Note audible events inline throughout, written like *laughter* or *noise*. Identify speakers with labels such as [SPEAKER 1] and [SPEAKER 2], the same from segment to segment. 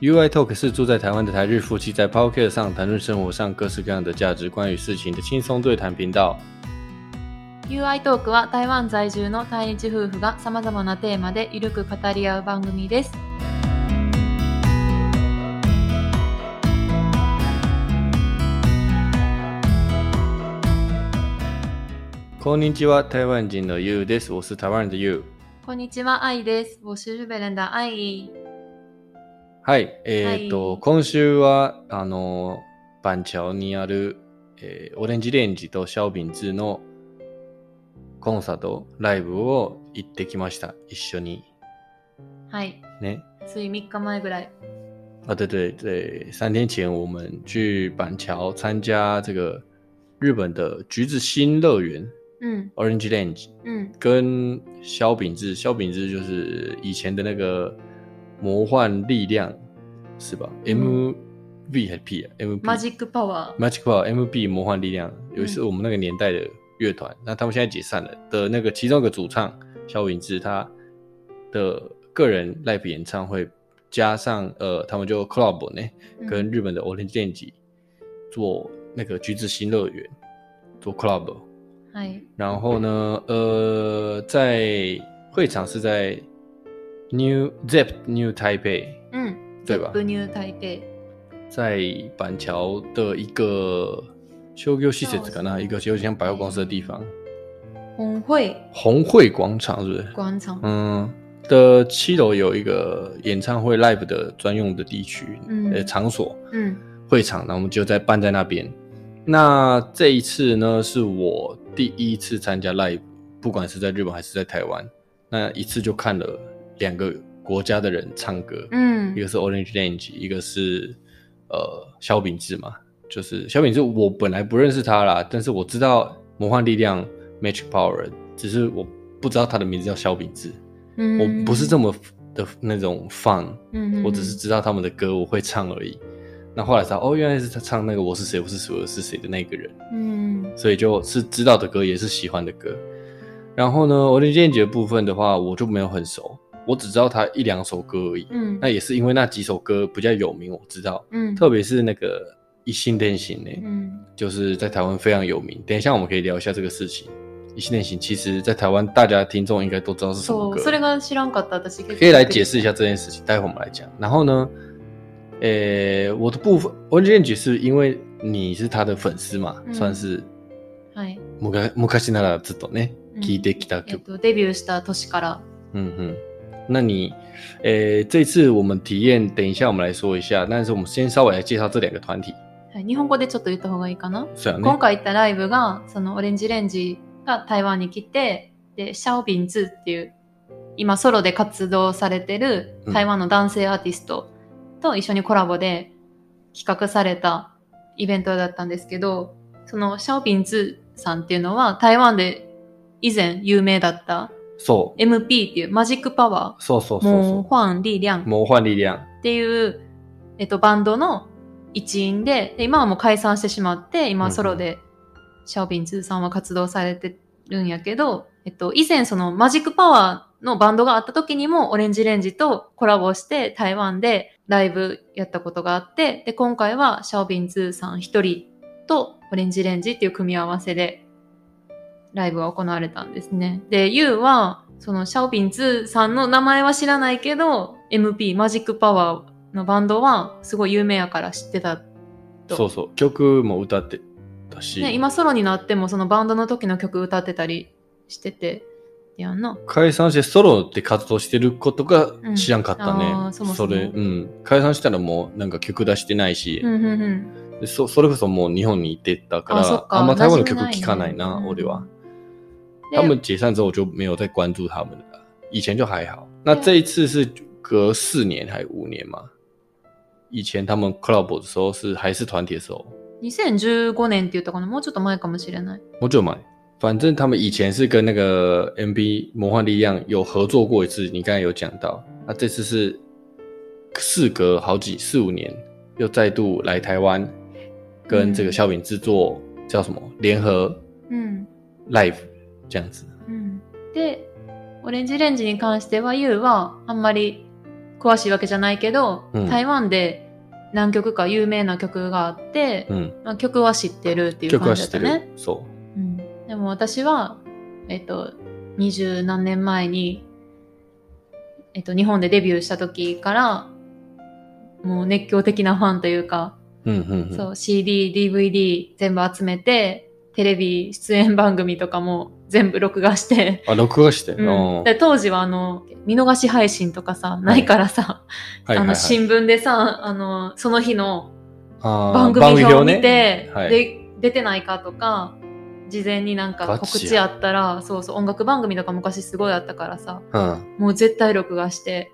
[SPEAKER 1] UI Talk 是住在台湾的台日夫妻在 Pocket 上谈论生活上各式各样的价值观与事情的轻松对谈频道。
[SPEAKER 2] UI トークは台湾在住の対日夫婦がさまざまなテーマでゆるく語り合う番組です。
[SPEAKER 1] こんにちは，台湾人的 You です。我是台湾人的 You。
[SPEAKER 2] こんにちは、アイです。我是日本人的アイ。
[SPEAKER 1] はい、えっ、と、
[SPEAKER 2] はい
[SPEAKER 1] 今週はあの板橋にある、えーオレンジレンジとシャオビンズのコンサートライブを行ってきました。一緒に
[SPEAKER 2] はい、
[SPEAKER 1] ね。
[SPEAKER 2] つい3日前ぐらい。
[SPEAKER 1] 啊，对对对，三天前我们去板桥参加这个日本的橘子新乐园
[SPEAKER 2] うん、
[SPEAKER 1] （Orange Range）
[SPEAKER 2] うん、
[SPEAKER 1] 跟萧秉治，萧秉治就是以前的那个魔幻力量是吧
[SPEAKER 2] 嗯
[SPEAKER 1] ？MV 还是 P 啊？MV
[SPEAKER 2] マジックパワー。
[SPEAKER 1] Magic Power MB 魔幻力量，有一次我们那个年代的乐团，那他们现在解散了的那个其中一个主唱萧秉治，他的个人 live 演唱会加上呃，他们就 club 呢
[SPEAKER 2] うん
[SPEAKER 1] 跟日本的 Orange 电机做那个橘子新乐园做 club，
[SPEAKER 2] はい、
[SPEAKER 1] 然后呢呃，在会场是在 New Zep New Taipei
[SPEAKER 2] うん、
[SPEAKER 1] 对吧？
[SPEAKER 2] ブニュー大抵。
[SPEAKER 1] 在板桥的一个休休息室子か
[SPEAKER 2] 那我
[SPEAKER 1] な，一个有点像百货公司的地方，
[SPEAKER 2] 本会
[SPEAKER 1] 红会广场是不是？
[SPEAKER 2] 广场。
[SPEAKER 1] 嗯，的七楼有一个演唱会 live 的专用的地区，
[SPEAKER 2] 嗯
[SPEAKER 1] 呃，场所
[SPEAKER 2] うん、
[SPEAKER 1] 会场，那我们就在办在那边。那这一次呢，是我第一次参加 live，不管是在日本还是在台湾，那一次就看了两个国家的人唱歌，
[SPEAKER 2] うん
[SPEAKER 1] 一。个是 Orange Range，一个是呃萧秉治嘛，就是萧秉治，我本来不认识他啦，但是我知道魔幻力量 Magic Power，只是我不知道他的名字叫萧秉治，我不是这
[SPEAKER 2] 么，
[SPEAKER 1] 么的那种 fun，
[SPEAKER 2] うん
[SPEAKER 1] 我只是知道他们的歌我会唱而已。那后来才哦，原来是他唱那个我是谁，我是谁，我是谁的那个人，
[SPEAKER 2] うん、
[SPEAKER 1] 所以就是知道的歌也是喜欢的歌。然后呢，Orange Range 的部分的话，我就没有很熟，我只知道他一两首歌而已。
[SPEAKER 2] うん
[SPEAKER 1] 那也是因为那几首歌比较有名，我知道，
[SPEAKER 2] うん、
[SPEAKER 1] 特别是那个一心恋行呢，
[SPEAKER 2] うん、
[SPEAKER 1] 就是在台湾非常有名。等一下我们可以聊一下这个事情。一心恋行其实在台湾大家听众应该都知道是什么
[SPEAKER 2] そう、
[SPEAKER 1] 歌，
[SPEAKER 2] それが知らんかった私結構
[SPEAKER 1] 可以来解释一下这件事情，待会我们来讲。然后呢，呃、我的部分我这边解释，因为你是他的粉丝嘛，
[SPEAKER 2] 嗯
[SPEAKER 1] 算是
[SPEAKER 2] はい。
[SPEAKER 1] 昔昔ならずっとね
[SPEAKER 2] うん
[SPEAKER 1] 聞いてきた
[SPEAKER 2] えっ
[SPEAKER 1] 曲。
[SPEAKER 2] と、デビューした年から。
[SPEAKER 1] 嗯哼，那你，呃，这次我们体验，等一下我们来说一下，但是我们先稍微来介绍这两个团体。
[SPEAKER 2] はい日本語でちょっと言った方がいいかな。
[SPEAKER 1] そうや
[SPEAKER 2] 今
[SPEAKER 1] ね。
[SPEAKER 2] 回行ったライブが、そのオレンジレンジが台湾に来て、で、シャオビンズっていう、今ソロで活動されてる
[SPEAKER 1] うん
[SPEAKER 2] 台湾の男性アーティストと一緒にコラボで企画されたイベントだったんですけど、そのシャオビンズさんっていうのは台湾で以前有名だった
[SPEAKER 1] そう
[SPEAKER 2] MP っていうマジックパワ
[SPEAKER 1] そうそう
[SPEAKER 2] ー、
[SPEAKER 1] そう
[SPEAKER 2] モン・
[SPEAKER 1] そ
[SPEAKER 2] ファン・リー・リャン
[SPEAKER 1] う。魔幻力量。
[SPEAKER 2] っていう、えっと、バンドの一員でで今はもう解散してしまって
[SPEAKER 1] うん
[SPEAKER 2] 今
[SPEAKER 1] うん
[SPEAKER 2] ソロでシャオビンズさんは活動されてるんやけど、えっと、以前そのマジックパワーのバンドがあった時にもオレンジレンジとコラボして台湾でライブやったことがあってで今回はシャオビンズさん一人とオレンジレンジっていう組み合わせでライブが行われたんですね。で、ユウは、そのシャオビン2さんの名前は知らないけど、MP、マジックパワーのバンドはすごい有名やから知ってた。と
[SPEAKER 1] そうそう。曲も歌ってたし、
[SPEAKER 2] ね、今ソロになってもそのバンドの時の曲歌ってたりしてて、やんな。
[SPEAKER 1] 解散してソロで活動してることが知らんかったね。
[SPEAKER 2] うんあーそもそも
[SPEAKER 1] れ、うん。解散したらもうなんか曲出してないし
[SPEAKER 2] う、んうんうん。
[SPEAKER 1] でそそれこそもう日本にいてったから、
[SPEAKER 2] あそっか
[SPEAKER 1] あんま台湾の曲聞かない
[SPEAKER 2] 馴染
[SPEAKER 1] な、
[SPEAKER 2] みないね
[SPEAKER 1] 俺は。
[SPEAKER 2] で
[SPEAKER 1] 他们解散之后我就没有再关注他们了，以前就还好。那这一次是隔四年还五年嘛？以前他们 club 的时候是还是团体的时候，
[SPEAKER 2] 2015年って言ったかなもうちょっと前かもしれない。
[SPEAKER 1] 我就买。反正他们以前是跟那个 MB 魔幻力量有合作过一次，你刚才有讲到。那这次是事隔好几四五年，又再度来台湾，跟这个
[SPEAKER 2] 嗯
[SPEAKER 1] 小品制作叫什么联合
[SPEAKER 2] うん。
[SPEAKER 1] live 这样子。
[SPEAKER 2] うん、で、オレンジレンジに関しては、ユウはあんまり詳しいわけじゃないけど、
[SPEAKER 1] うん
[SPEAKER 2] 台湾で何曲か有名な曲があって、
[SPEAKER 1] うん、
[SPEAKER 2] まあ、曲は知ってるっていう
[SPEAKER 1] 曲
[SPEAKER 2] 感
[SPEAKER 1] は
[SPEAKER 2] じ
[SPEAKER 1] 知
[SPEAKER 2] だ
[SPEAKER 1] っ
[SPEAKER 2] った
[SPEAKER 1] て
[SPEAKER 2] ね。
[SPEAKER 1] る。そ
[SPEAKER 2] うん、でも私は、えっと、二十何年前に、えっと、日本でデビューした時から、もう熱狂的なファンというか、
[SPEAKER 1] う。うんうんうん。
[SPEAKER 2] そう CD、DVD 全部集めて、テレビ出演番組とかも全部録画して、
[SPEAKER 1] あ、録画して。
[SPEAKER 2] う
[SPEAKER 1] お
[SPEAKER 2] ん、
[SPEAKER 1] ー
[SPEAKER 2] で当時はあの見逃し配信とかさないからさ、
[SPEAKER 1] はいは
[SPEAKER 2] あ
[SPEAKER 1] いは
[SPEAKER 2] の
[SPEAKER 1] い
[SPEAKER 2] 啊新聞でさあのその日の
[SPEAKER 1] あー
[SPEAKER 2] 番組表を見て、
[SPEAKER 1] 番組表ねはい
[SPEAKER 2] で出てないかとか事前になん
[SPEAKER 1] ガ
[SPEAKER 2] か
[SPEAKER 1] チや
[SPEAKER 2] 告知あったらそうそう音楽番組とか昔すごいあったからさ
[SPEAKER 1] うん。
[SPEAKER 2] もう絶対録画して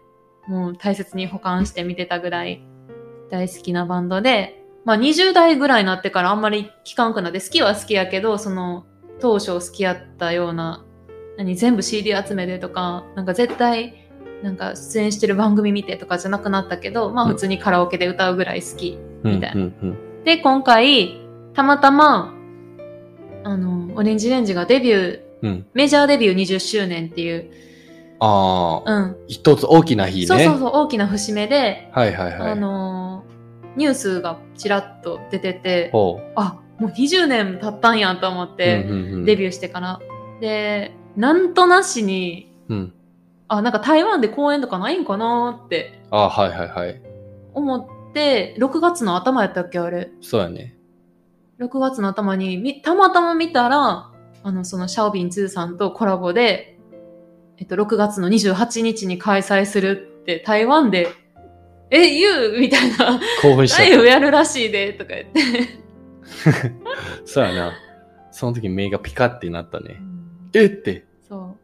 [SPEAKER 2] もう大切に保管して見てたぐらい大好きなバンドで、まあ、20代ぐらいになってからあんまり聴かんくなって好きは好きやけどその当初好きやったような何全部 CD 集めてとかなんか絶対なんか出演してる番組見てとかじゃなくなったけどまあ
[SPEAKER 1] うん
[SPEAKER 2] 普通にカラオケで歌うぐらい好き。
[SPEAKER 1] うん
[SPEAKER 2] みたい
[SPEAKER 1] うんうん
[SPEAKER 2] で、今回、たまたま、あの、オレンジレンジがデビュー、
[SPEAKER 1] うん。
[SPEAKER 2] メジャーデビュー20周年っていう、
[SPEAKER 1] ああ、
[SPEAKER 2] うん。
[SPEAKER 1] 哦一つ大きな日ね。
[SPEAKER 2] 嗯そうそうそう、大きな節目で、
[SPEAKER 1] はいはいはい。
[SPEAKER 2] あのー、ニュースがちらっと出てて、
[SPEAKER 1] ほ
[SPEAKER 2] あ、もう20年経ったんやと思っ
[SPEAKER 1] う。
[SPEAKER 2] て、デビューしてから。で、なんとなしに、
[SPEAKER 1] ュー。うん。
[SPEAKER 2] あ、なんか台湾で公演とかないんかなって
[SPEAKER 1] あーはいはいはい。
[SPEAKER 2] 思って、6月の頭やったっけ、あれ。
[SPEAKER 1] そうやね。
[SPEAKER 2] 6月の頭にみたまたま見たらあのそのシャオビン2さんとコラボで、えっと、6月の28日に開催するって台湾で「えユーみたいな
[SPEAKER 1] 興奮
[SPEAKER 2] 「
[SPEAKER 1] し
[SPEAKER 2] ライ
[SPEAKER 1] ちゃっ
[SPEAKER 2] ブやるらしいで」とか言って
[SPEAKER 1] た。そうやな。その時目がピカってなったね。えって。
[SPEAKER 2] そ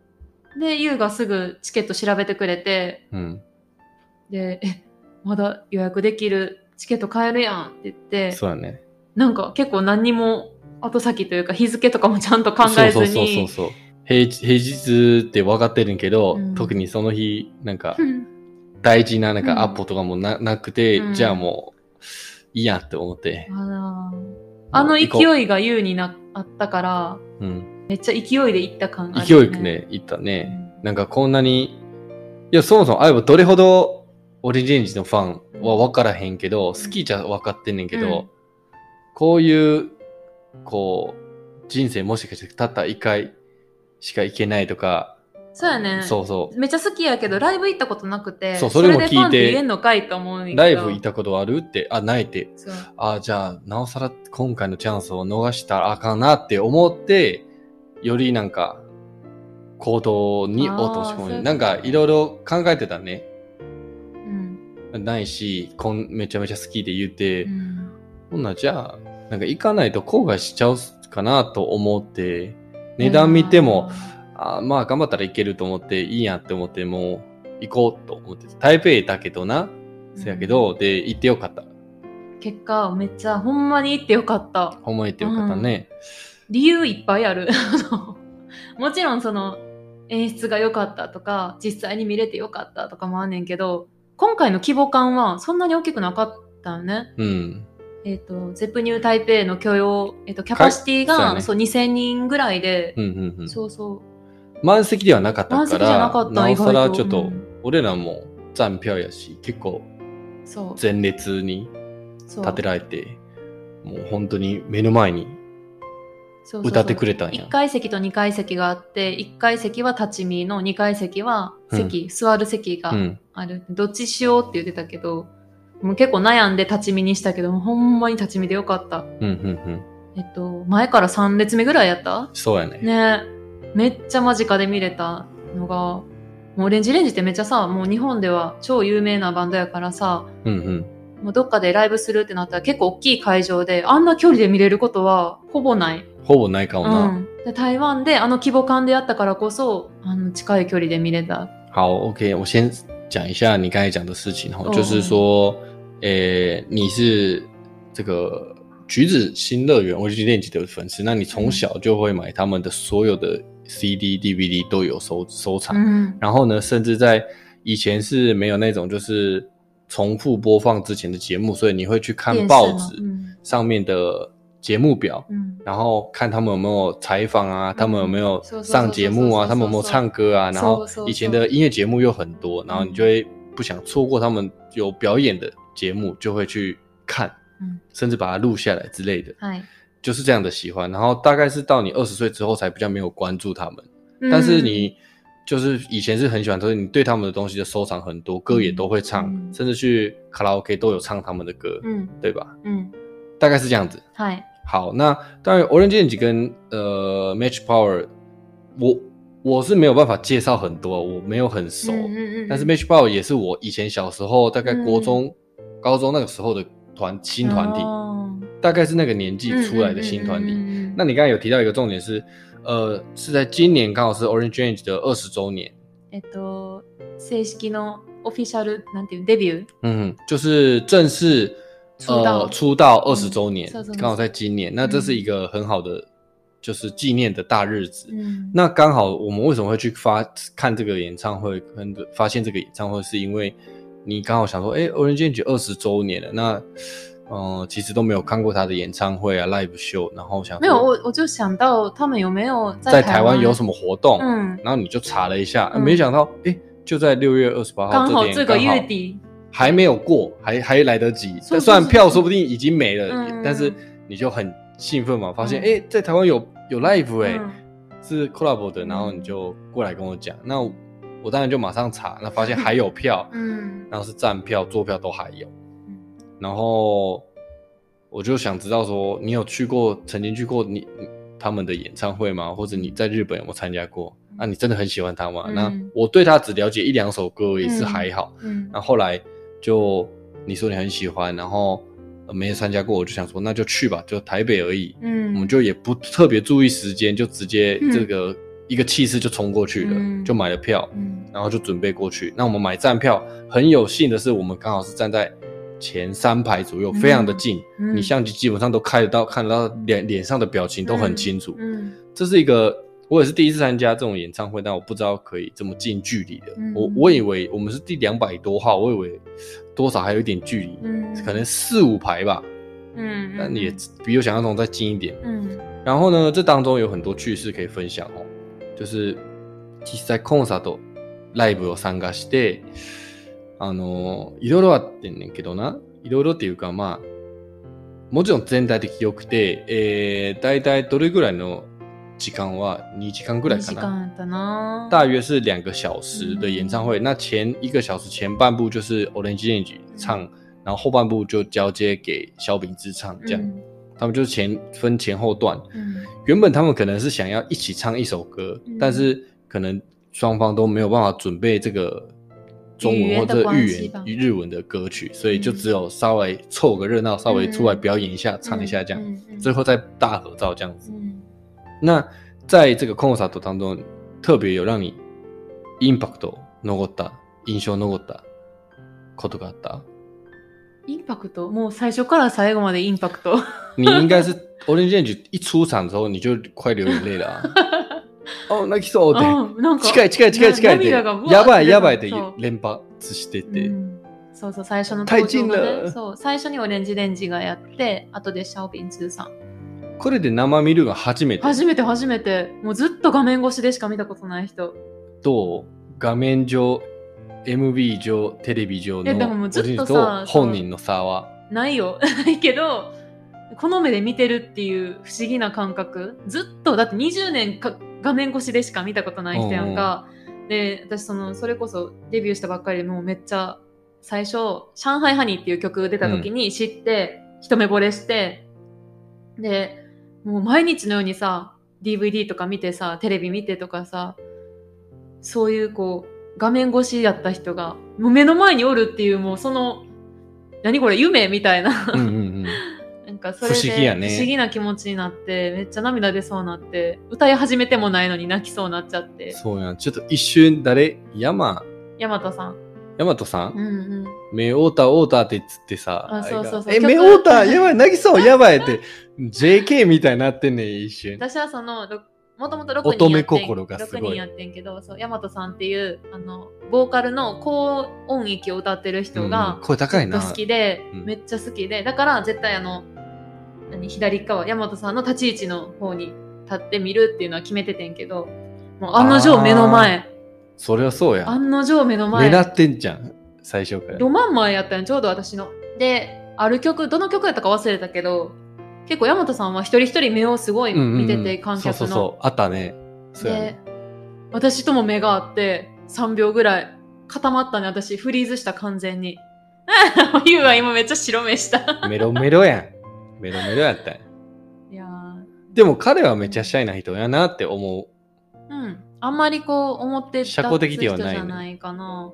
[SPEAKER 2] うでユーがすぐチケット調べてくれて
[SPEAKER 1] うん。
[SPEAKER 2] で「えまだ予約できるチケット買えるやん」って言って
[SPEAKER 1] そうやね。
[SPEAKER 2] なんか結構何にも後先というか日付とかもちゃんと考えず
[SPEAKER 1] そう
[SPEAKER 2] に
[SPEAKER 1] そうそうそう。平日平日って分かってるんけど、
[SPEAKER 2] うん
[SPEAKER 1] 特にその日、なんか、
[SPEAKER 2] うん
[SPEAKER 1] 大事ななん
[SPEAKER 2] うん
[SPEAKER 1] かアポとかもな,、なくて、
[SPEAKER 2] うん
[SPEAKER 1] じゃあもう、いいやって思って。
[SPEAKER 2] あらあの
[SPEAKER 1] 行こう
[SPEAKER 2] 勢いが優になあったから、
[SPEAKER 1] うん。
[SPEAKER 2] めっちゃ勢いで行った感がある、
[SPEAKER 1] 勢いよくね、行った
[SPEAKER 2] う
[SPEAKER 1] ね。
[SPEAKER 2] ん。
[SPEAKER 1] なんかこんなに、いや、そもそもあえばどれほどオレンジレンジのファンは分からへんけど、好きじゃ分かってんねんけど、
[SPEAKER 2] うん
[SPEAKER 1] こういう、こう、人生もしかしてたった一回しか行けないとか、
[SPEAKER 2] そうやね。
[SPEAKER 1] そうそう。
[SPEAKER 2] めっちゃ好きやけど、ライブ行ったことなくて、
[SPEAKER 1] そうそれも聞
[SPEAKER 2] で
[SPEAKER 1] いて
[SPEAKER 2] ファンって言えんのかいと思うんやけど
[SPEAKER 1] ライブ行ったことあるって、あ、ないって、
[SPEAKER 2] そう
[SPEAKER 1] あじゃあ、なおさら今回のチャンスを逃したらあかんなって思って、よりなんか、行動に
[SPEAKER 2] あー
[SPEAKER 1] 落とし込
[SPEAKER 2] そういうこと
[SPEAKER 1] む。なんか、いろいろ考えてたね。
[SPEAKER 2] うん。
[SPEAKER 1] ないし、こんめちゃめちゃ好きで言っ
[SPEAKER 2] う
[SPEAKER 1] て、
[SPEAKER 2] ん
[SPEAKER 1] ほんならじゃあ、なんか行かないと後悔しちゃうかなと思って、値段見ても、、あまあ頑張ったらいけると思って、いいやんって思って、もう行こうと思って、台北だけどな、せやけど、で、行ってよかった。
[SPEAKER 2] うん。結果、めっちゃ、ほんまに行ってよかった。
[SPEAKER 1] ほんま行ってよかったね。
[SPEAKER 2] 理由いっぱいある。 *laughs* あのもちろん、その、演出が良かったとか、実際に見れて良かったとかもあんねんけど、今回の規模感はそんなに大きくなかったよね。
[SPEAKER 1] うん
[SPEAKER 2] えっとゼップニュー台北の許容、えっとキャパシティが
[SPEAKER 1] そう
[SPEAKER 2] そ
[SPEAKER 1] や
[SPEAKER 2] う,、
[SPEAKER 1] ね
[SPEAKER 2] 2000人ぐらいで、
[SPEAKER 1] うんうんうん、
[SPEAKER 2] そうそう
[SPEAKER 1] 満席ではなかったから
[SPEAKER 2] 満席じゃなかった
[SPEAKER 1] おさ
[SPEAKER 2] 意
[SPEAKER 1] ら
[SPEAKER 2] 外と
[SPEAKER 1] ちょっ
[SPEAKER 2] う
[SPEAKER 1] と
[SPEAKER 2] ん
[SPEAKER 1] 俺らも残票やし結構
[SPEAKER 2] そう
[SPEAKER 1] 前列に
[SPEAKER 2] そう
[SPEAKER 1] 立てられてもう本当に目の前に
[SPEAKER 2] そうそう
[SPEAKER 1] 歌ってくれたんや
[SPEAKER 2] 1階席と2階席があって1階席は立ち見の2階席は席、座る席が
[SPEAKER 1] うん
[SPEAKER 2] ある、どっちしようって言ってたけどもう結構悩んで立ち見にしたけどほんまに立ち見でよかった
[SPEAKER 1] うんうんうん
[SPEAKER 2] えっと前から3列目ぐらいやった
[SPEAKER 1] そうやね
[SPEAKER 2] ねめっちゃ間近で見れたのがもうオレンジレンジってめっちゃさもう日本では超有名なバンドやからさ
[SPEAKER 1] うんうん
[SPEAKER 2] もうどっかでライブするってなったら結構大きい会場であんな距離で見れることはほぼない、
[SPEAKER 1] ほぼないかも
[SPEAKER 2] う
[SPEAKER 1] な、
[SPEAKER 2] ん、で台湾であの規模感でやったからこそあの近い距離で見れた
[SPEAKER 1] 好，OK，我先讲一下你刚才讲的事情哈，
[SPEAKER 2] 嗯
[SPEAKER 1] 就是说，诶、你是这个橘子新乐园我是练级的粉丝，那你从小就会买他们的所有的 CD、DVD 都有收收藏，
[SPEAKER 2] うん
[SPEAKER 1] 然后呢，甚至在以前是没有那种就是重复播放之前的节目，所以你会去看
[SPEAKER 2] 電
[SPEAKER 1] 报
[SPEAKER 2] 視の
[SPEAKER 1] 纸
[SPEAKER 2] うん
[SPEAKER 1] 上面的节目表，
[SPEAKER 2] うん
[SPEAKER 1] 然后看他们有没有采访
[SPEAKER 2] 嗯
[SPEAKER 1] 啊，他们有没有
[SPEAKER 2] 搜搜搜
[SPEAKER 1] 上节目啊，
[SPEAKER 2] 搜搜搜
[SPEAKER 1] 他们有没有唱歌啊，然后
[SPEAKER 2] 搜搜嗯
[SPEAKER 1] 以前的音乐节目又很多，然后你就会不想错过他们有表演的节目，就会去看，
[SPEAKER 2] 嗯
[SPEAKER 1] 甚至把它录下来之类的，
[SPEAKER 2] はい。
[SPEAKER 1] 就是这样的喜欢。然后大概是到你二十岁之后才比较没有关注他们，
[SPEAKER 2] 嗯
[SPEAKER 1] 但是你就是以前是很喜欢，所以你对他们的东西的收藏很多，歌也都会唱，
[SPEAKER 2] 嗯
[SPEAKER 1] 甚至去卡拉 OK 都有唱他们的歌，
[SPEAKER 2] うん、
[SPEAKER 1] 对吧？
[SPEAKER 2] うん、うん。
[SPEAKER 1] 大概是这样子。
[SPEAKER 2] はい。
[SPEAKER 1] 好，那当然，Orange Range 跟呃 Match Power，我我是没有办法介绍很多，我没有很熟，
[SPEAKER 2] うんうんうん
[SPEAKER 1] 但是 Match Power 也是我以前小时候大概
[SPEAKER 2] 嗯
[SPEAKER 1] 国中、高中那个时候的团新团体，
[SPEAKER 2] あー
[SPEAKER 1] 大概是那个年
[SPEAKER 2] 嗯
[SPEAKER 1] 纪出来的新团体。
[SPEAKER 2] うんうんうんうん
[SPEAKER 1] 那你刚才有提到一个重点是，呃，是在今年刚好是 Orange Range 的二十周年，
[SPEAKER 2] えっと、正式のオフィシャル、なんていう、デビュー
[SPEAKER 1] 嗯，就是正式
[SPEAKER 2] 出道
[SPEAKER 1] 呃、出道二十周年
[SPEAKER 2] 嗯20周，年
[SPEAKER 1] 刚好在今年，那这
[SPEAKER 2] 嗯
[SPEAKER 1] 是一个很好的就是纪念的大日子。
[SPEAKER 2] うん
[SPEAKER 1] 那刚好我们为什么会去发看这个演唱会，跟发现这个演唱会，是因为你刚好想说，哎、o r a n g e Range 二十周年了，那嗯、呃其实都没有看过他的演唱会啊，live show，然后想说
[SPEAKER 2] 没有，我我就想到他们有没有
[SPEAKER 1] 在台湾有什
[SPEAKER 2] 么？
[SPEAKER 1] 么活动，
[SPEAKER 2] 嗯，
[SPEAKER 1] 然后你就查了一下，
[SPEAKER 2] 嗯
[SPEAKER 1] 没想到，哎、就在六月二十八号
[SPEAKER 2] 刚
[SPEAKER 1] 这
[SPEAKER 2] 好
[SPEAKER 1] 天，
[SPEAKER 2] 这个
[SPEAKER 1] 刚好
[SPEAKER 2] 月底，
[SPEAKER 1] 还没有过，还还来得及。
[SPEAKER 2] 是
[SPEAKER 1] 但
[SPEAKER 2] 是
[SPEAKER 1] 虽然
[SPEAKER 2] 是
[SPEAKER 1] 票说不定已经没了，
[SPEAKER 2] 嗯
[SPEAKER 1] 但是你就很兴奋嘛，发现
[SPEAKER 2] 嗯
[SPEAKER 1] 哎、诶在台湾有有 live 哎、
[SPEAKER 2] 嗯
[SPEAKER 1] 是 collab 的，然后你就过来跟我讲，那我我当然就马上查，那发现还有
[SPEAKER 2] *laughs*
[SPEAKER 1] 票，
[SPEAKER 2] 嗯
[SPEAKER 1] 然后是站票、坐票都还有，
[SPEAKER 2] 嗯
[SPEAKER 1] 然后我就想知道说，你有去过曾经去过你你他们的演唱会吗？或者你在日本有没有参加过？那、你真的很喜欢他吗？
[SPEAKER 2] 嗯
[SPEAKER 1] 那我对他只了解一两首歌也是
[SPEAKER 2] 嗯
[SPEAKER 1] 还好。
[SPEAKER 2] 嗯
[SPEAKER 1] 那后来就你说你很喜欢，然后呃没有参加过，我就想说那就去吧，就台北而已，
[SPEAKER 2] 嗯，
[SPEAKER 1] 我们就也不特别注意时间，就直接
[SPEAKER 2] 嗯
[SPEAKER 1] 这个一个气势就冲过去了，
[SPEAKER 2] 嗯
[SPEAKER 1] 就买了票，
[SPEAKER 2] 嗯
[SPEAKER 1] 然后就准备过去。那我们买站票，很有幸的是，我们刚好是站在前三排左右，
[SPEAKER 2] 嗯
[SPEAKER 1] 非常的近，
[SPEAKER 2] 嗯
[SPEAKER 1] 你相机基本上都开得到，看得到脸脸上的表情都很清楚。
[SPEAKER 2] 嗯
[SPEAKER 1] 这是一个我也是第一次参加这种演唱会，但我不知道可以这么近距离的。
[SPEAKER 2] 嗯
[SPEAKER 1] 我我以为我们是第两百多号，我以为多少还有一点距离，
[SPEAKER 2] 嗯，
[SPEAKER 1] 可能四五排吧，
[SPEAKER 2] 嗯，
[SPEAKER 1] 但也比我想象中再近一点。
[SPEAKER 2] 嗯
[SPEAKER 1] 然后呢，这当中有很多趣事可以分享哦，就是実際コンサート、ライブを参加して、あの、いろいろあってんねんけどな、いろいろっていうかまあ、もちろん全体的良くて、えー、大体どれぐらいの時間は2時間ぐらいか
[SPEAKER 2] 時
[SPEAKER 1] な。
[SPEAKER 2] 間だな。
[SPEAKER 1] 大约是两个小时的演唱会，那前一个小时前半部就是 Orange Range 唱，然后后半部就交接给萧秉之唱，这样、他们就是前分前后段，
[SPEAKER 2] 嗯
[SPEAKER 1] 原本他们可能是想要一起唱一首歌，
[SPEAKER 2] 嗯
[SPEAKER 1] 但是可能双方都没有办法准备这个中
[SPEAKER 2] 语
[SPEAKER 1] 文
[SPEAKER 2] 言
[SPEAKER 1] 或
[SPEAKER 2] 的
[SPEAKER 1] 者
[SPEAKER 2] 关
[SPEAKER 1] 日
[SPEAKER 2] 系
[SPEAKER 1] 语
[SPEAKER 2] 吧
[SPEAKER 1] 日文的歌曲，所以就只有稍微凑个热闹，稍微出来表演一下，唱一下这样，
[SPEAKER 2] 嗯，嗯
[SPEAKER 1] 最后再大合照这样子。
[SPEAKER 2] 嗯
[SPEAKER 1] 那在这个コンサート当中，特别有让你インパクト残った印象残ったことがあった。
[SPEAKER 2] インパクトもう最初から最後までインパクト。
[SPEAKER 1] 你应该是 Orange Range 一出场之后你就快流眼泪了
[SPEAKER 2] *laughs*
[SPEAKER 1] 啊！哦，那そうで。
[SPEAKER 2] うんなんか
[SPEAKER 1] 近い近い近い近いで、
[SPEAKER 2] な涙がぶわーって
[SPEAKER 1] やばいやばいって
[SPEAKER 2] そう
[SPEAKER 1] 連発して
[SPEAKER 2] う
[SPEAKER 1] て、
[SPEAKER 2] んそうそう、最初の
[SPEAKER 1] タイ
[SPEAKER 2] 登場が
[SPEAKER 1] チンだ
[SPEAKER 2] ね。そう、最初にオレンジレンジがやって、後でシャオビンツーさん。
[SPEAKER 1] これで生見るのが初めて
[SPEAKER 2] 初めて初めて、もうずっと画面越しでしか見たことない人。
[SPEAKER 1] と、画面上、MV 上、テレビ上
[SPEAKER 2] えでもも
[SPEAKER 1] の
[SPEAKER 2] うずっとさ
[SPEAKER 1] 俺と本人の差は、
[SPEAKER 2] ないよ。 *laughs* ないけど、この目で見てるっていう不思議な感覚。ずっと、だって20年か画面越しでしか見たことない人やんか。で、私その、それこそデビューしたばっかりでもうめっちゃ、最初、上海ハニーっていう曲出た時に知って、一目惚れして、で、もう毎日のようにさ、DVD とか見てさ、テレビ見てとかさ、そういうこう、画面越しだった人が、もう目の前におるっていうもうその、何これ夢みたいな。
[SPEAKER 1] うんうんうん。
[SPEAKER 2] *laughs* なんかそれで
[SPEAKER 1] 不思議やね
[SPEAKER 2] 不思議な気持ちになって、めっちゃ涙出そうになって、歌い始めてもないのに泣きそうになっちゃって。
[SPEAKER 1] そうやん。ちょっと一瞬誰、山、
[SPEAKER 2] ヤマトさん。
[SPEAKER 1] ヤマトさん
[SPEAKER 2] うんうん。
[SPEAKER 1] 目オーターオーターって言ってさ、
[SPEAKER 2] あそうそうそう
[SPEAKER 1] え、
[SPEAKER 2] 曲
[SPEAKER 1] 目オーター、やばい、泣きそう、やばいって、JK みたいになってんねん、一瞬。
[SPEAKER 2] 私はその、ろもともと6
[SPEAKER 1] 乙
[SPEAKER 2] 人
[SPEAKER 1] 女
[SPEAKER 2] やってん
[SPEAKER 1] 心がすごい
[SPEAKER 2] 6人やってんけど、そう、ヤマトさんっていう、あの、ボーカルの高音域を歌ってる人
[SPEAKER 1] う
[SPEAKER 2] が
[SPEAKER 1] ん、声高い
[SPEAKER 2] ずっ
[SPEAKER 1] な。
[SPEAKER 2] と好きで、
[SPEAKER 1] うん
[SPEAKER 2] めっちゃ好きで、だから絶対あの、何、左側、ヤマトさんの立ち位置の方に立ってみるっていうのは決めててんけど、もう案の定目の前、
[SPEAKER 1] それはそうやん。
[SPEAKER 2] 案の定目の前。
[SPEAKER 1] 狙ってんじゃん。最初から。
[SPEAKER 2] ロマンマンやったんやちょうど私の。で、ある曲、どの曲やったか忘れたけど、結構山田さんは一人一人目をすごい
[SPEAKER 1] うんうんうん
[SPEAKER 2] 見てて、観客の。
[SPEAKER 1] そうそうそう。あったね。そうや
[SPEAKER 2] で
[SPEAKER 1] ね。、
[SPEAKER 2] 私とも目が合って、3秒ぐらい固まったね、私。フリーズした、完全に。 *laughs* ゆうは今めっちゃ白目した。
[SPEAKER 1] メロメロやん。 *laughs* メロメロやったんや
[SPEAKER 2] いやー
[SPEAKER 1] でも彼はめっちゃシャイな人やなって思う。
[SPEAKER 2] うん。あんまりこう、思って
[SPEAKER 1] 社交的では
[SPEAKER 2] 立つ
[SPEAKER 1] ないね
[SPEAKER 2] 人じゃないかな。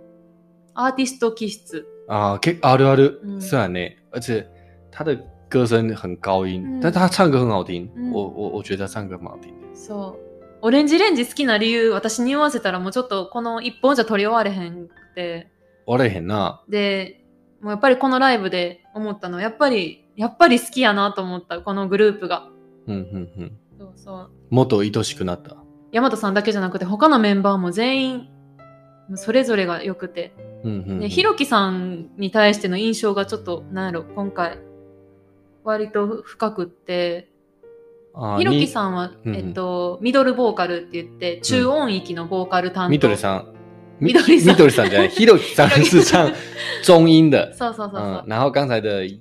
[SPEAKER 2] アーティスト気質。
[SPEAKER 1] 啊，可啊るある，
[SPEAKER 2] 嗯
[SPEAKER 1] 虽然呢，而且他的歌声很高音，
[SPEAKER 2] 嗯
[SPEAKER 1] 但他唱歌很好听，
[SPEAKER 2] 嗯
[SPEAKER 1] 我我我觉得他唱歌蛮好听的。
[SPEAKER 2] そう。オレンジレンジ好きな理由、私に言わせたらもうちょっとこの一本じゃ取り終われへんって。
[SPEAKER 1] 我れへんな。
[SPEAKER 2] で、もうやっぱりこのライブで思ったのは、やっぱり、やっぱり好きやなと思った、このグループが。
[SPEAKER 1] うんうんうん。
[SPEAKER 2] そうそう。
[SPEAKER 1] もっと愛しくなった。
[SPEAKER 2] 大和さんだけじゃなくて、他のメンバーも全員、それぞれが良くて。
[SPEAKER 1] うんうん、う
[SPEAKER 2] ね、
[SPEAKER 1] ん。
[SPEAKER 2] ひろきさんに対しての印象がちょっと、なんやろ、今回、割と深くって、
[SPEAKER 1] あー
[SPEAKER 2] ひろき
[SPEAKER 1] に
[SPEAKER 2] さんは、
[SPEAKER 1] うんうん
[SPEAKER 2] えっと、ミドルボーカルって言って、中音域のボーカル担当。
[SPEAKER 1] みどりさん。
[SPEAKER 2] みどりさん
[SPEAKER 1] みどりさんじゃない。ひろきさん
[SPEAKER 2] ひろ
[SPEAKER 1] 是
[SPEAKER 2] きさ *laughs*
[SPEAKER 1] 唱
[SPEAKER 2] ん
[SPEAKER 1] 中音的。
[SPEAKER 2] そうそうそうそう。
[SPEAKER 1] 嗯，然后刚才的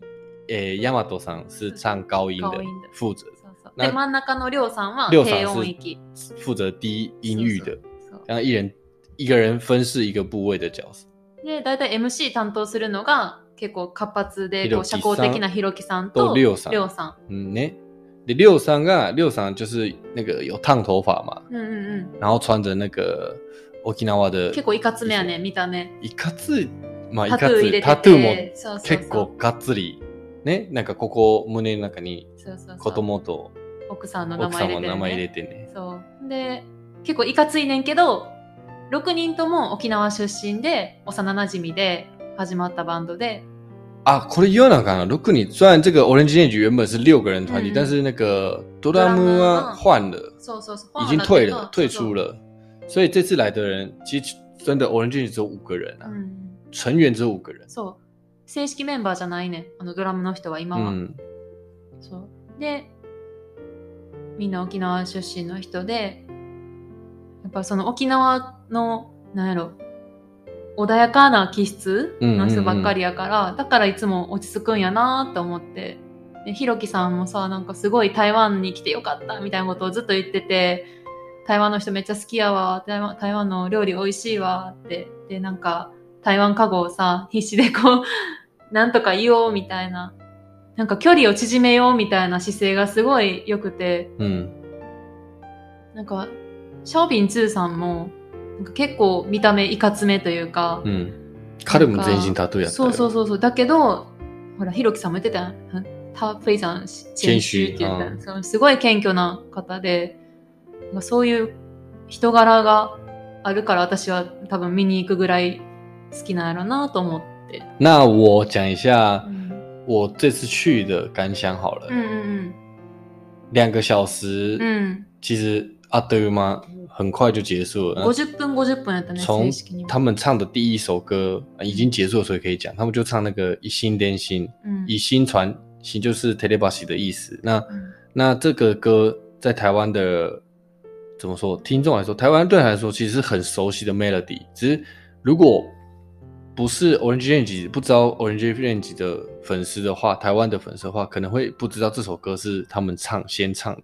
[SPEAKER 1] 诶，ヤマトさん是唱高音
[SPEAKER 2] 高
[SPEAKER 1] 的
[SPEAKER 2] 音的，
[SPEAKER 1] 负责
[SPEAKER 2] そうそう
[SPEAKER 1] な
[SPEAKER 2] で、真ん中のりょうさんは
[SPEAKER 1] りょうさん
[SPEAKER 2] 低音域。
[SPEAKER 1] 负责低音域的，
[SPEAKER 2] そう
[SPEAKER 1] 然后一人一个人分饰一个部位的角色。
[SPEAKER 2] で、大体 MC 担当するのが、結構活発で、こう社
[SPEAKER 1] ひろきさん
[SPEAKER 2] 交的なひろきさんと、
[SPEAKER 1] とりょうさん
[SPEAKER 2] りょうさ
[SPEAKER 1] 嗯呢，で六三が六三就是那个有烫头发嘛，
[SPEAKER 2] ん。うんうんうん。
[SPEAKER 1] 然后穿着那个 okinawa 的，
[SPEAKER 2] 結構いかつめやね、見た目。
[SPEAKER 1] 一かつまあ
[SPEAKER 2] タ
[SPEAKER 1] 一
[SPEAKER 2] ト
[SPEAKER 1] か
[SPEAKER 2] ゥー入れ
[SPEAKER 1] つ
[SPEAKER 2] てて。
[SPEAKER 1] タトゥーも
[SPEAKER 2] そうそうそう
[SPEAKER 1] 結構がっつりね、なんかここ胸の中に
[SPEAKER 2] そうそうそう
[SPEAKER 1] 子供と
[SPEAKER 2] 奥さんの名
[SPEAKER 1] 奥
[SPEAKER 2] 前
[SPEAKER 1] 様
[SPEAKER 2] 入れ
[SPEAKER 1] の
[SPEAKER 2] て、ね、
[SPEAKER 1] 名前入れてね。
[SPEAKER 2] そうで結構いかついねんけど6人とも沖縄出身で幼なじみで始まったバンドで
[SPEAKER 1] 啊，これ言わなあかんな。如果你虽然这个 Orange Range 原本是六个人团体，
[SPEAKER 2] 嗯
[SPEAKER 1] 但是那个ドラム
[SPEAKER 2] ドラム
[SPEAKER 1] は
[SPEAKER 2] は
[SPEAKER 1] 啊换了。
[SPEAKER 2] そうそうそう
[SPEAKER 1] 已经退
[SPEAKER 2] ファン
[SPEAKER 1] 了，
[SPEAKER 2] だけど
[SPEAKER 1] 退出了。所以这次来的人，其实真的 Orange 只有五个人
[SPEAKER 2] そ
[SPEAKER 1] 啊，
[SPEAKER 2] う,、ん、
[SPEAKER 1] 成员只有五个人。
[SPEAKER 2] そう正式メンバーじゃないねんあのドラムの人は今は、
[SPEAKER 1] 嗯
[SPEAKER 2] そうでみんな沖縄出身の人でやっぱその沖縄のなんやろ穏やかな気質の人ばっかりやから、だからいつも落ち着くんやなと思ってでひろきさんもさなんかすごい台湾に来てよかったみたいなことをずっと言ってて台湾の人めっちゃ好きやわ台湾台湾の料理美味しいわってでなんか台湾かごをさ必死でこうなんとか言おうみたいななんか距離を縮めようみたいな姿勢がすごい良くて
[SPEAKER 1] 嗯，
[SPEAKER 2] なんかシャオビン2さんもなんか結構見た目いかつめというか、
[SPEAKER 1] うん。彼も全身タトゥーやった
[SPEAKER 2] そ
[SPEAKER 1] よ。
[SPEAKER 2] うそうそうそうだけどほらひろきさんも言ってたやんん他非常谦虚って言ったやんそのすごい謙虚な方でなんかそういう人柄があるから私は多分見に行くぐらい好きなんやろなと思って、
[SPEAKER 1] 那我讲一下
[SPEAKER 2] うん、
[SPEAKER 1] 我这次去的感想好了。
[SPEAKER 2] うんうん
[SPEAKER 1] 两个小时，
[SPEAKER 2] うんうん
[SPEAKER 1] 其实阿德于吗？很快就结束了。
[SPEAKER 2] 50分50分やったね
[SPEAKER 1] 从
[SPEAKER 2] 正式には
[SPEAKER 1] 他们唱的第一首歌、呃已经结束了，所以可以讲，他们就唱那个“以心连心”，
[SPEAKER 2] うん
[SPEAKER 1] 以心传心就是 “telebasi” 的意思。那
[SPEAKER 2] うん
[SPEAKER 1] 那这个歌在台湾的怎么说？听众来说，台湾对他来说其实是很熟悉的 melody，只是如果不是 Orange Range 不知道 Orange Range 的粉丝的话，台湾的粉丝的话，可能会不知道这首歌是他们唱先唱的，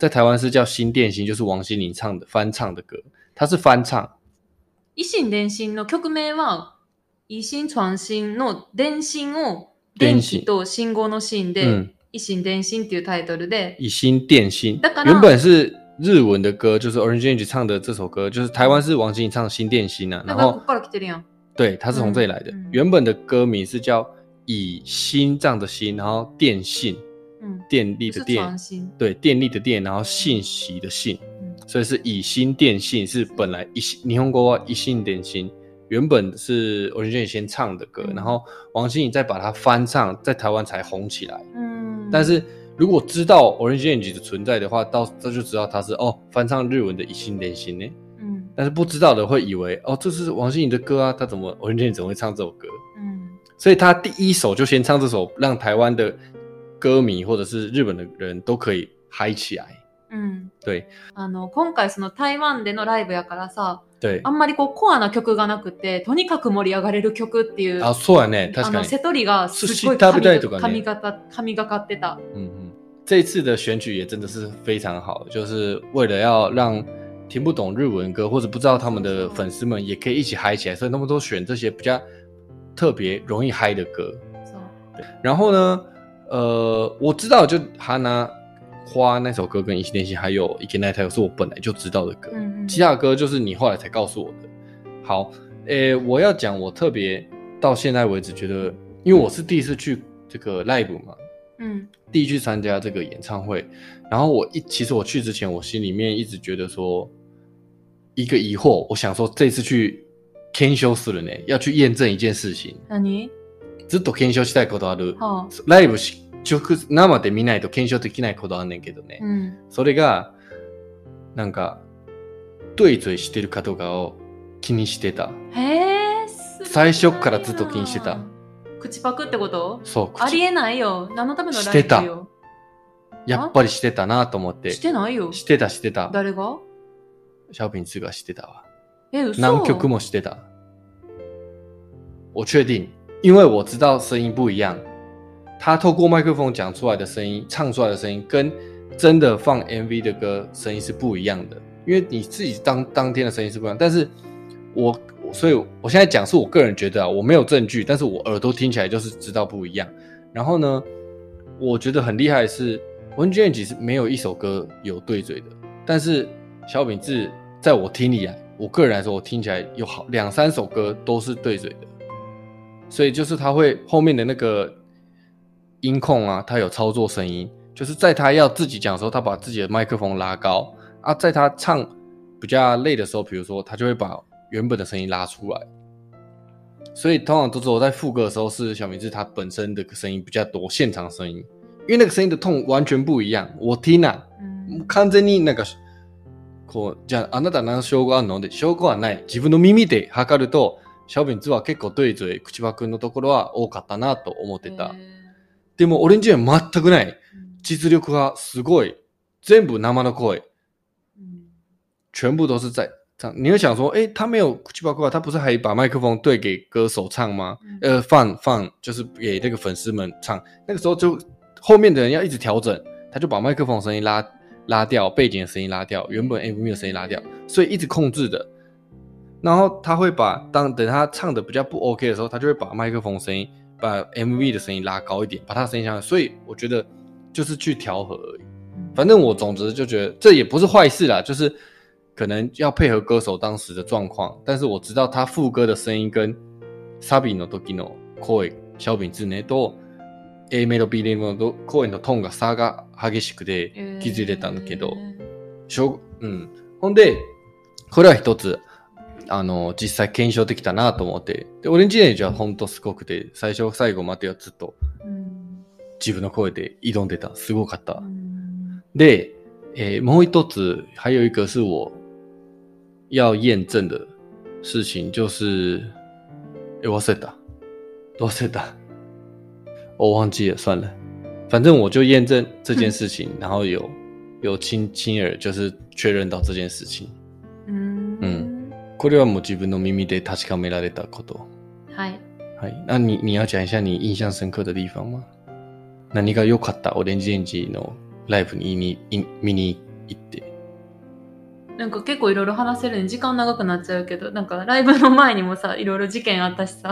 [SPEAKER 1] 在台湾是叫《新电心》，就是王心凌唱的翻唱的歌，它是翻唱，
[SPEAKER 2] 維新伝心の曲名は、維新传心の伝心を、電
[SPEAKER 1] 電信
[SPEAKER 2] 気と信号のシーン
[SPEAKER 1] 嗯
[SPEAKER 2] で、，維新伝心っていうタイトルで、
[SPEAKER 1] 以心电心
[SPEAKER 2] 那个，呢
[SPEAKER 1] 原本是日文的歌，就是 Orange Range 唱的这首歌，就是台湾是王心凌唱《新电心》啊，
[SPEAKER 2] だ
[SPEAKER 1] 然
[SPEAKER 2] から
[SPEAKER 1] 后
[SPEAKER 2] こ。こから来てるやん。
[SPEAKER 1] 对，它是从这里来的。
[SPEAKER 2] 嗯嗯
[SPEAKER 1] 原本的歌名是叫《以心脏的心》，然后电信，
[SPEAKER 2] うん。
[SPEAKER 1] 电力的
[SPEAKER 2] 是
[SPEAKER 1] 电
[SPEAKER 2] 传，心。
[SPEAKER 1] 对，电力的电，然后信息的信，
[SPEAKER 2] 嗯
[SPEAKER 1] 所以是以心电信是本来一心，霓虹国话一心电心，原本是王心凌先唱的歌，
[SPEAKER 2] 嗯
[SPEAKER 1] 然后王心凌再把它翻唱，在台湾才红起来。
[SPEAKER 2] うん。
[SPEAKER 1] 但是如果知道 Orange Range 的存在的话，到这就知道它是哦翻唱日文的一心连心呢。
[SPEAKER 2] うん。
[SPEAKER 1] 但是不知道的会以为哦这是王心凌的歌啊，他怎么 Orange Range 怎么会唱这首歌？
[SPEAKER 2] うん。
[SPEAKER 1] 所以他第一首就先唱这首，让台湾的歌迷或者是日本的人都可以嗨起来。
[SPEAKER 2] うん。
[SPEAKER 1] 对
[SPEAKER 2] あの、今回その台湾でのライブやからさ、
[SPEAKER 1] 对
[SPEAKER 2] あ。んまりこうコアな曲がなくて、とにかく盛り上がれる曲っていう、
[SPEAKER 1] あ、そうやね。
[SPEAKER 2] あ
[SPEAKER 1] 確か
[SPEAKER 2] の、
[SPEAKER 1] に。
[SPEAKER 2] 瀬戸りがすご
[SPEAKER 1] 寿
[SPEAKER 2] い
[SPEAKER 1] 司食べたいとかね
[SPEAKER 2] 神が神がかってた。
[SPEAKER 1] 嗯嗯，这一次的选举也真的是非常好，就是为了要让听不懂日文歌或者不知道他们的粉丝们也可以一起嗨起来，所以他们都选这些比较特别容易嗨的歌。
[SPEAKER 2] そう。
[SPEAKER 1] 然后呢，呃，我知道就哈娜花那首歌跟一系列系还有《一 k n i g h t 是我本来就知道的歌，
[SPEAKER 2] うんうん。
[SPEAKER 1] 其他的歌就是你后来才告诉我的。好，诶，我要讲我特别到现在为止觉得，因为我是第一次去这个 live 嘛，
[SPEAKER 2] うん。
[SPEAKER 1] 第一去参加这个演唱会，然后我一其实我去之前，我心里面一直觉得说一个疑惑，我想说这次去検証するね，要去验证一件事情，
[SPEAKER 2] 何
[SPEAKER 1] ずっと検証したいことある。
[SPEAKER 2] はあ。
[SPEAKER 1] ライブし直生で見ないと検証できないことあんねんけどね、
[SPEAKER 2] うん。
[SPEAKER 1] それがなんか对嘴してるかどうかを気にしてた。
[SPEAKER 2] へえ、すごいな
[SPEAKER 1] 最初っからずっと気にしてた。
[SPEAKER 2] 口パクってこと
[SPEAKER 1] そう、
[SPEAKER 2] あり
[SPEAKER 1] 口
[SPEAKER 2] えないよ。何のためのライブ
[SPEAKER 1] し
[SPEAKER 2] よ
[SPEAKER 1] てたやっぱりしてたなと思って。
[SPEAKER 2] してないよ。
[SPEAKER 1] してたしてた。
[SPEAKER 2] 誰が
[SPEAKER 1] シャオピン2がしてたわ。
[SPEAKER 2] え、嘘。
[SPEAKER 1] 南曲もしてた。我确定，因为我知道声音不一样，他透过麦克风讲出来的声音、唱出来的声音，跟真的放 MV 的歌声音是不一样的。因为你自己当当天的声音是不一样，但是我我所以我现在讲是我个人觉得啊，我没有证据，但是我耳朵听起来就是知道不一样。然后呢，我觉得很厉害的是文娟其实没有一首歌有对嘴的，但是小品质在我听里啊，我个人来说，我听起来有好两三首歌都是对嘴的，所以就是他会后面的那个音控啊，他有操作声音，就是在他要自己讲的时候，他把自己的麦克风拉高啊，在他唱比较累的时候，比如说他就会把原本的声音拉出来。所以通常都是我在副歌的时候是小明志他本身的声音比较多，现场声音，因为那个声音的痛完全不一样。我听啊，
[SPEAKER 2] うん
[SPEAKER 1] 完全になんかこうじゃああなた何証拠あんので証拠はない自分の耳で測るとシャオビンズは結構ドイツへ口ばくんのところは多かったなと思ってた
[SPEAKER 2] へえ
[SPEAKER 1] でもオレンジは全くない
[SPEAKER 2] うん
[SPEAKER 1] 実力がすごい全部生の声
[SPEAKER 2] うん
[SPEAKER 1] 全部都是在唱你会想说诶他没有口巴克吧他不是还把麦克风对给歌手唱吗
[SPEAKER 2] 嗯
[SPEAKER 1] 呃放放就是给那个粉丝们唱那个时候就后面的人要一直调整他就把麦克风声音拉拉掉，背景的声音拉掉，原本 MV 的声音拉掉，所以一直控制的。然后他会把当等他唱的比较不 OK 的时候，他就会把麦克风声音、把 MV 的声音拉高一点，把他的声音降。所以我觉得就是去调和而已。反正我总之就觉得这也不是坏事啦，就是可能要配合歌手当时的状况。但是我知道他副歌的声音跟 Sabi no Doki no Koi 小品之内都 A メロ B メロの声のトーンが差が激しくて気づいてたんだけど、
[SPEAKER 2] へ
[SPEAKER 1] しょううん。ほんで、これは一つ、あの、実際検証できたなと思って。で、オレンジレンジはほんとすごくて、最初最後まではずっと
[SPEAKER 2] えうん
[SPEAKER 1] 自分の声で挑んでた。すごかった。
[SPEAKER 2] うん
[SPEAKER 1] で、えーもう一つ、还有一个是我要验证的事情，就是，诶忘れた，忘れた，我忘记了，算了，反正我就验证这件事情，然后有有亲亲耳就是确认到这件事情。
[SPEAKER 2] うんうん
[SPEAKER 1] これはもう自分の耳で確かめられたこと。
[SPEAKER 2] はい。
[SPEAKER 1] はい。那你你要讲一下你印象深刻的地方吗？何が良かったオレンジレンジのライブににい見に行って。
[SPEAKER 2] なんか結構いろいろ話せるのに時間長くなっちゃうけど、なんかライブの前にもさ、いろいろ事件あったしさ。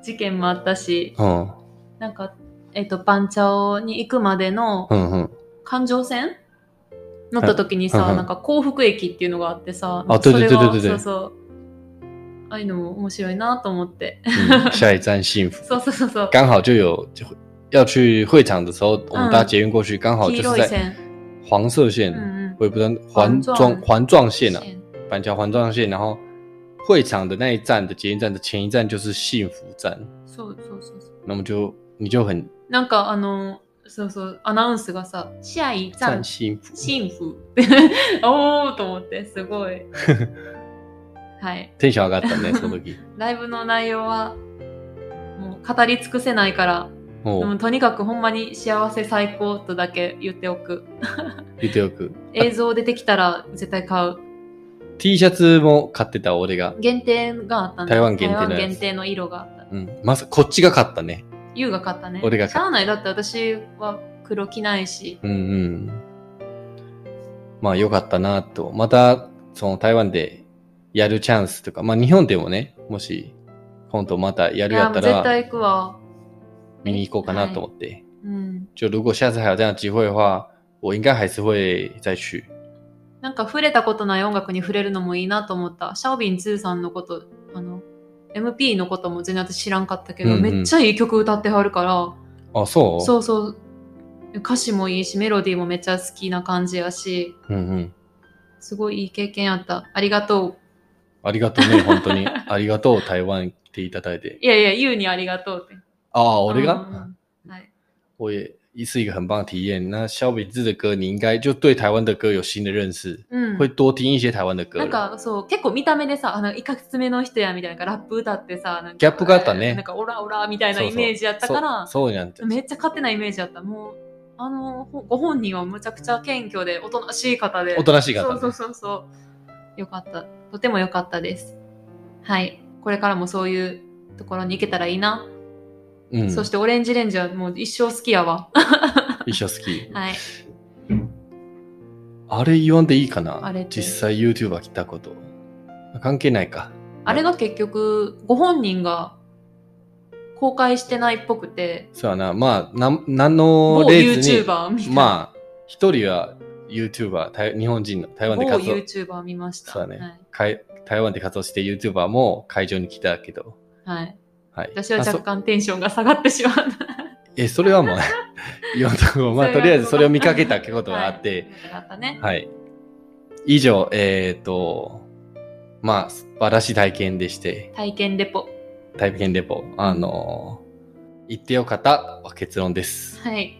[SPEAKER 2] *laughs* 事件もあったし、
[SPEAKER 1] うん。
[SPEAKER 2] なんか、えっ、と、バンチャオに行くまでの
[SPEAKER 1] うんうん。
[SPEAKER 2] 環状線乗った時に
[SPEAKER 1] はいは
[SPEAKER 2] さ、
[SPEAKER 1] い
[SPEAKER 2] なんか幸福駅っていうのがあってさ、
[SPEAKER 1] あ
[SPEAKER 2] そ
[SPEAKER 1] 对
[SPEAKER 2] れが
[SPEAKER 1] 对对对对
[SPEAKER 2] そうそう。ああいうのも面白いなと思って。 *laughs*
[SPEAKER 1] 嗯下一站幸福。
[SPEAKER 2] そうそうそうそう。
[SPEAKER 1] 刚好就有就要去会场的时候，我们搭捷运过去，刚好
[SPEAKER 2] 黄
[SPEAKER 1] 就
[SPEAKER 2] 色
[SPEAKER 1] 是
[SPEAKER 2] い
[SPEAKER 1] 在
[SPEAKER 2] 線。
[SPEAKER 1] 黄色线
[SPEAKER 2] うん，うん。
[SPEAKER 1] 我也不知道环状
[SPEAKER 2] 嗯环状
[SPEAKER 1] 环状线啊，
[SPEAKER 2] 線
[SPEAKER 1] 板桥环状线，然后会场的那一站的捷运站的前一站就是幸福站，
[SPEAKER 2] そうそうそうそう。
[SPEAKER 1] 那么就你就很
[SPEAKER 2] なんかあの、そうそう、アナウンスがさ、試合一
[SPEAKER 1] 赞
[SPEAKER 2] 站
[SPEAKER 1] 幸福。
[SPEAKER 2] 幸福って、 *laughs* おーと思って、すご
[SPEAKER 1] *laughs*
[SPEAKER 2] い。はい。
[SPEAKER 1] テンション上がったね、その時。
[SPEAKER 2] ライブの内容は、もう語り尽くせないから、
[SPEAKER 1] お
[SPEAKER 2] で
[SPEAKER 1] う
[SPEAKER 2] もとにかくほんまに幸せ最高とだけ言っておく。
[SPEAKER 1] 言っておく。
[SPEAKER 2] 映像出てきたら絶対買う。
[SPEAKER 1] T シャツも買ってた、俺が。
[SPEAKER 2] 限定があったんだ
[SPEAKER 1] 台湾限定のやつ
[SPEAKER 2] 台湾限定の色があった。
[SPEAKER 1] うん。まず、こっちが買ったね。
[SPEAKER 2] 優が買ったね。
[SPEAKER 1] 俺が買っ
[SPEAKER 2] しゃあない。だって私は黒着ないし。
[SPEAKER 1] うんうん。まあ、良かったなと。また、その台湾でやるチャンスとか、まあ、日本でもね、もし、今度またや
[SPEAKER 2] い
[SPEAKER 1] るや
[SPEAKER 2] や、
[SPEAKER 1] っ
[SPEAKER 2] も
[SPEAKER 1] た
[SPEAKER 2] う絶
[SPEAKER 1] ら、
[SPEAKER 2] 対行くわ。
[SPEAKER 1] 見に行こうかなと思って。
[SPEAKER 2] うん。
[SPEAKER 1] 就如果下次还有这样的机会的话，我应该还是会再去。
[SPEAKER 2] なんか触れたことない音楽に触れるのもいいなと思った。シャオビン2さんのこと、あの、MP のことも全然私知らんかったけど、
[SPEAKER 1] うんうん
[SPEAKER 2] めっちゃいい曲歌ってはるから、
[SPEAKER 1] 哦，そう。
[SPEAKER 2] そうそう。歌詞もいいし、メロディーもめっちゃ好きな感じやし、
[SPEAKER 1] うんうん。
[SPEAKER 2] すごいいい経験やった。ありがとう。
[SPEAKER 1] ありがとう
[SPEAKER 2] *laughs*
[SPEAKER 1] ね、本当に。ありがとう、台湾来ていただいて。
[SPEAKER 2] いやいや、ユウにありがとうって。
[SPEAKER 1] あ、我这
[SPEAKER 2] うん
[SPEAKER 1] 个
[SPEAKER 2] うんうんはい。
[SPEAKER 1] 我也是一个很棒的体验。那萧秉治的歌，你应该就对台湾的歌有新的认识，
[SPEAKER 2] うん。
[SPEAKER 1] 会多听一些台湾的歌
[SPEAKER 2] なん
[SPEAKER 1] 了。
[SPEAKER 2] かそう結構見た目でさあのいかつめの人やみたいなラップ歌ってさなんか
[SPEAKER 1] ギャップがあったね
[SPEAKER 2] なんかオラオラみたいな
[SPEAKER 1] そうそう
[SPEAKER 2] イメージやったから
[SPEAKER 1] そうそうなんて。
[SPEAKER 2] めっちゃ勝手なイメージやったもうあのほご本人はむちゃくちゃ謙虚でおとなしい方で
[SPEAKER 1] おとなしい方ね
[SPEAKER 2] そうそうそうそうよかったとてもよかったですはいこれからもそういうところに行けたらいいな、
[SPEAKER 1] うん。
[SPEAKER 2] そしてオレンジレンジはもう一生好きやわ
[SPEAKER 1] 一緒好き。
[SPEAKER 2] はい
[SPEAKER 1] あれ言わんでいいかな
[SPEAKER 2] あれって
[SPEAKER 1] 実際 YouTuber 来たこと。関係ないか。
[SPEAKER 2] あれが結局ご本人が公開してないっぽくて
[SPEAKER 1] そうやな。まあ、なん、なんの
[SPEAKER 2] 某
[SPEAKER 1] レーズに。
[SPEAKER 2] YouTuber みたいな。
[SPEAKER 1] まあ、一人は YouTuber、台日本人の台湾
[SPEAKER 2] 某
[SPEAKER 1] で活動、
[SPEAKER 2] YouTuber 見ました。
[SPEAKER 1] そうだね
[SPEAKER 2] はい
[SPEAKER 1] 海台湾で活動して YouTuber も会場に来たけど、
[SPEAKER 2] はい。
[SPEAKER 1] はい。
[SPEAKER 2] 私は
[SPEAKER 1] あそ
[SPEAKER 2] 若干テンションが下がってしまった。
[SPEAKER 1] え、それは
[SPEAKER 2] *laughs*
[SPEAKER 1] もう、今のところ、まあ、
[SPEAKER 2] それ
[SPEAKER 1] と
[SPEAKER 2] は
[SPEAKER 1] りあえずそれを見かけたってことがあって、
[SPEAKER 2] はい、だったね。
[SPEAKER 1] はい。以上、えっ、と、まあ、素晴らしい体験でして、
[SPEAKER 2] 体験レポ。
[SPEAKER 1] 体験レポ、あの行ってよかったは結論です。
[SPEAKER 2] はい。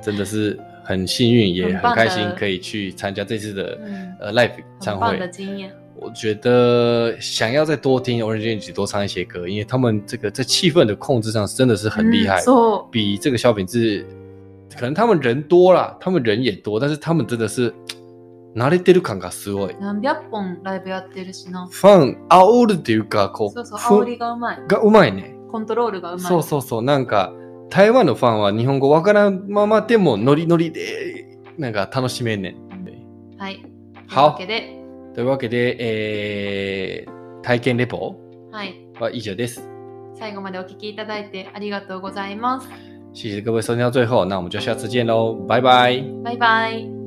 [SPEAKER 1] 真的是很幸运，也
[SPEAKER 2] 很
[SPEAKER 1] 很
[SPEAKER 2] 棒
[SPEAKER 1] 开
[SPEAKER 2] 的
[SPEAKER 1] 心可以去参加这次的
[SPEAKER 2] うん
[SPEAKER 1] 呃 live
[SPEAKER 2] 很
[SPEAKER 1] 唱
[SPEAKER 2] 棒
[SPEAKER 1] 会。
[SPEAKER 2] 的经验。
[SPEAKER 1] 我觉得想要再多听 Orange Range 多唱一些歌，因为他们这个在气氛的控制上真的是很厉害，
[SPEAKER 2] うんそ
[SPEAKER 1] 比这个小品质，可能他们人多啦，他们人也多，但是他们真的是慣れてる感がすごい。
[SPEAKER 2] う。何百本ライブやってるしな。
[SPEAKER 1] ファン煽るっていうかこう
[SPEAKER 2] そうそう、
[SPEAKER 1] ふ
[SPEAKER 2] 煽りがうまい。
[SPEAKER 1] がうまいね。
[SPEAKER 2] コントロールがうまい。
[SPEAKER 1] そうそうそうなんか台湾のファンは日本語わからんままでもノリノリでなんか楽しめんねん。
[SPEAKER 2] はい。というわ
[SPEAKER 1] 好
[SPEAKER 2] けで、
[SPEAKER 1] というわけで、えー、体験レポ
[SPEAKER 2] はい。
[SPEAKER 1] は以上です。
[SPEAKER 2] 最後までお聞きいただいてありがとうございます。
[SPEAKER 1] 谢谢各位收听到最后，那我们就下次见喽，拜拜。
[SPEAKER 2] バイバイ。